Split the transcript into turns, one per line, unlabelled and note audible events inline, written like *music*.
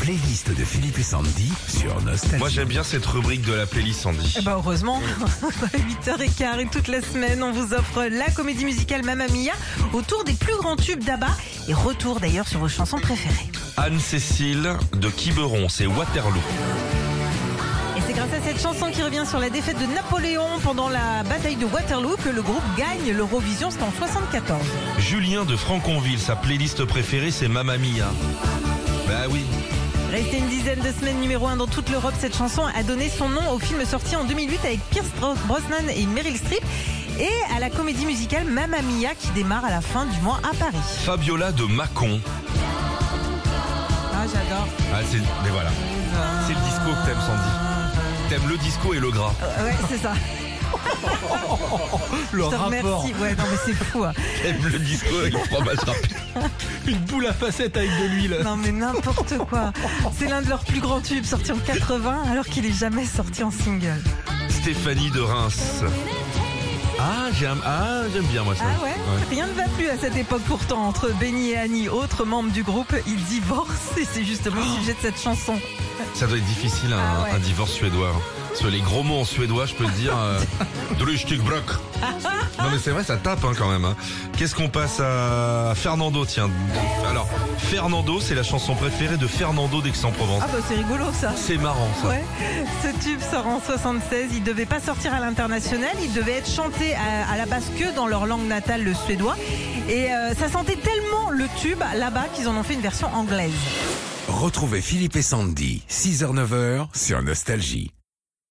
playlist de Philippe et Sandy sur Nostalgie.
Moi j'aime bien cette rubrique de la playlist Sandy.
Eh ben heureusement, *laughs* à 8h15 toute la semaine, on vous offre la comédie musicale Mamma Mia autour des plus grands tubes d'Abba et retour d'ailleurs sur vos chansons préférées.
Anne-Cécile de Quiberon, c'est Waterloo.
Et c'est grâce à cette chanson qui revient sur la défaite de Napoléon pendant la bataille de Waterloo que le groupe gagne l'Eurovision, c'était en 74.
Julien de Franconville, sa playlist préférée c'est Mamma Mia. Bah oui.
Restée une dizaine de semaines numéro 1 dans toute l'Europe, cette chanson a donné son nom au film sorti en 2008 avec Pierce Brosnan et Meryl Streep et à la comédie musicale Mamma Mia qui démarre à la fin du mois à Paris.
Fabiola de Mâcon.
Ah, j'adore.
Ah c'est mais voilà. C'est le disco que t'aimes Sandy. T'aimes le disco et le gras.
Ah Ouais, c'est ça.
Le
Je te
rapport.
remercie. Ouais, non, mais c'est fou. hein.
T'aimes le disco et le fromage rapide.
Une boule à facettes avec de l'huile.
Non, mais n'importe quoi. C'est l'un de leurs plus grands tubes, sorti en 80, alors qu'il est jamais sorti en single.
Stéphanie de Reims. Ah j'aime ah j'aime bien moi ça.
Ah ouais, Rien ne va plus à cette époque pourtant entre Benny et Annie, autres membres du groupe, ils divorcent et c'est justement
Oh.
le sujet de cette chanson.
Ça doit être difficile un,
Ah ouais.
un divorce suédois. hein. Parce que les gros mots en suédois, je peux te dire.
*laughs*
euh, Drusjtykbråk. non mais c'est vrai, ça tape hein, quand même. hein. Qu'est-ce qu'on passe à Fernando Tiens. Alors, Fernando, c'est la chanson préférée de Fernando d'Aix-en-Provence.
Ah bah c'est rigolo ça.
C'est marrant ça.
Ouais, ce tube sort en 76, il devait pas sortir à l'international, il devait être chanté à, à la base que dans leur langue natale, le suédois. Et euh, ça sentait tellement le tube là-bas qu'ils en ont fait une version anglaise.
Retrouvez Philippe et Sandy, 6h-9h sur Nostalgie.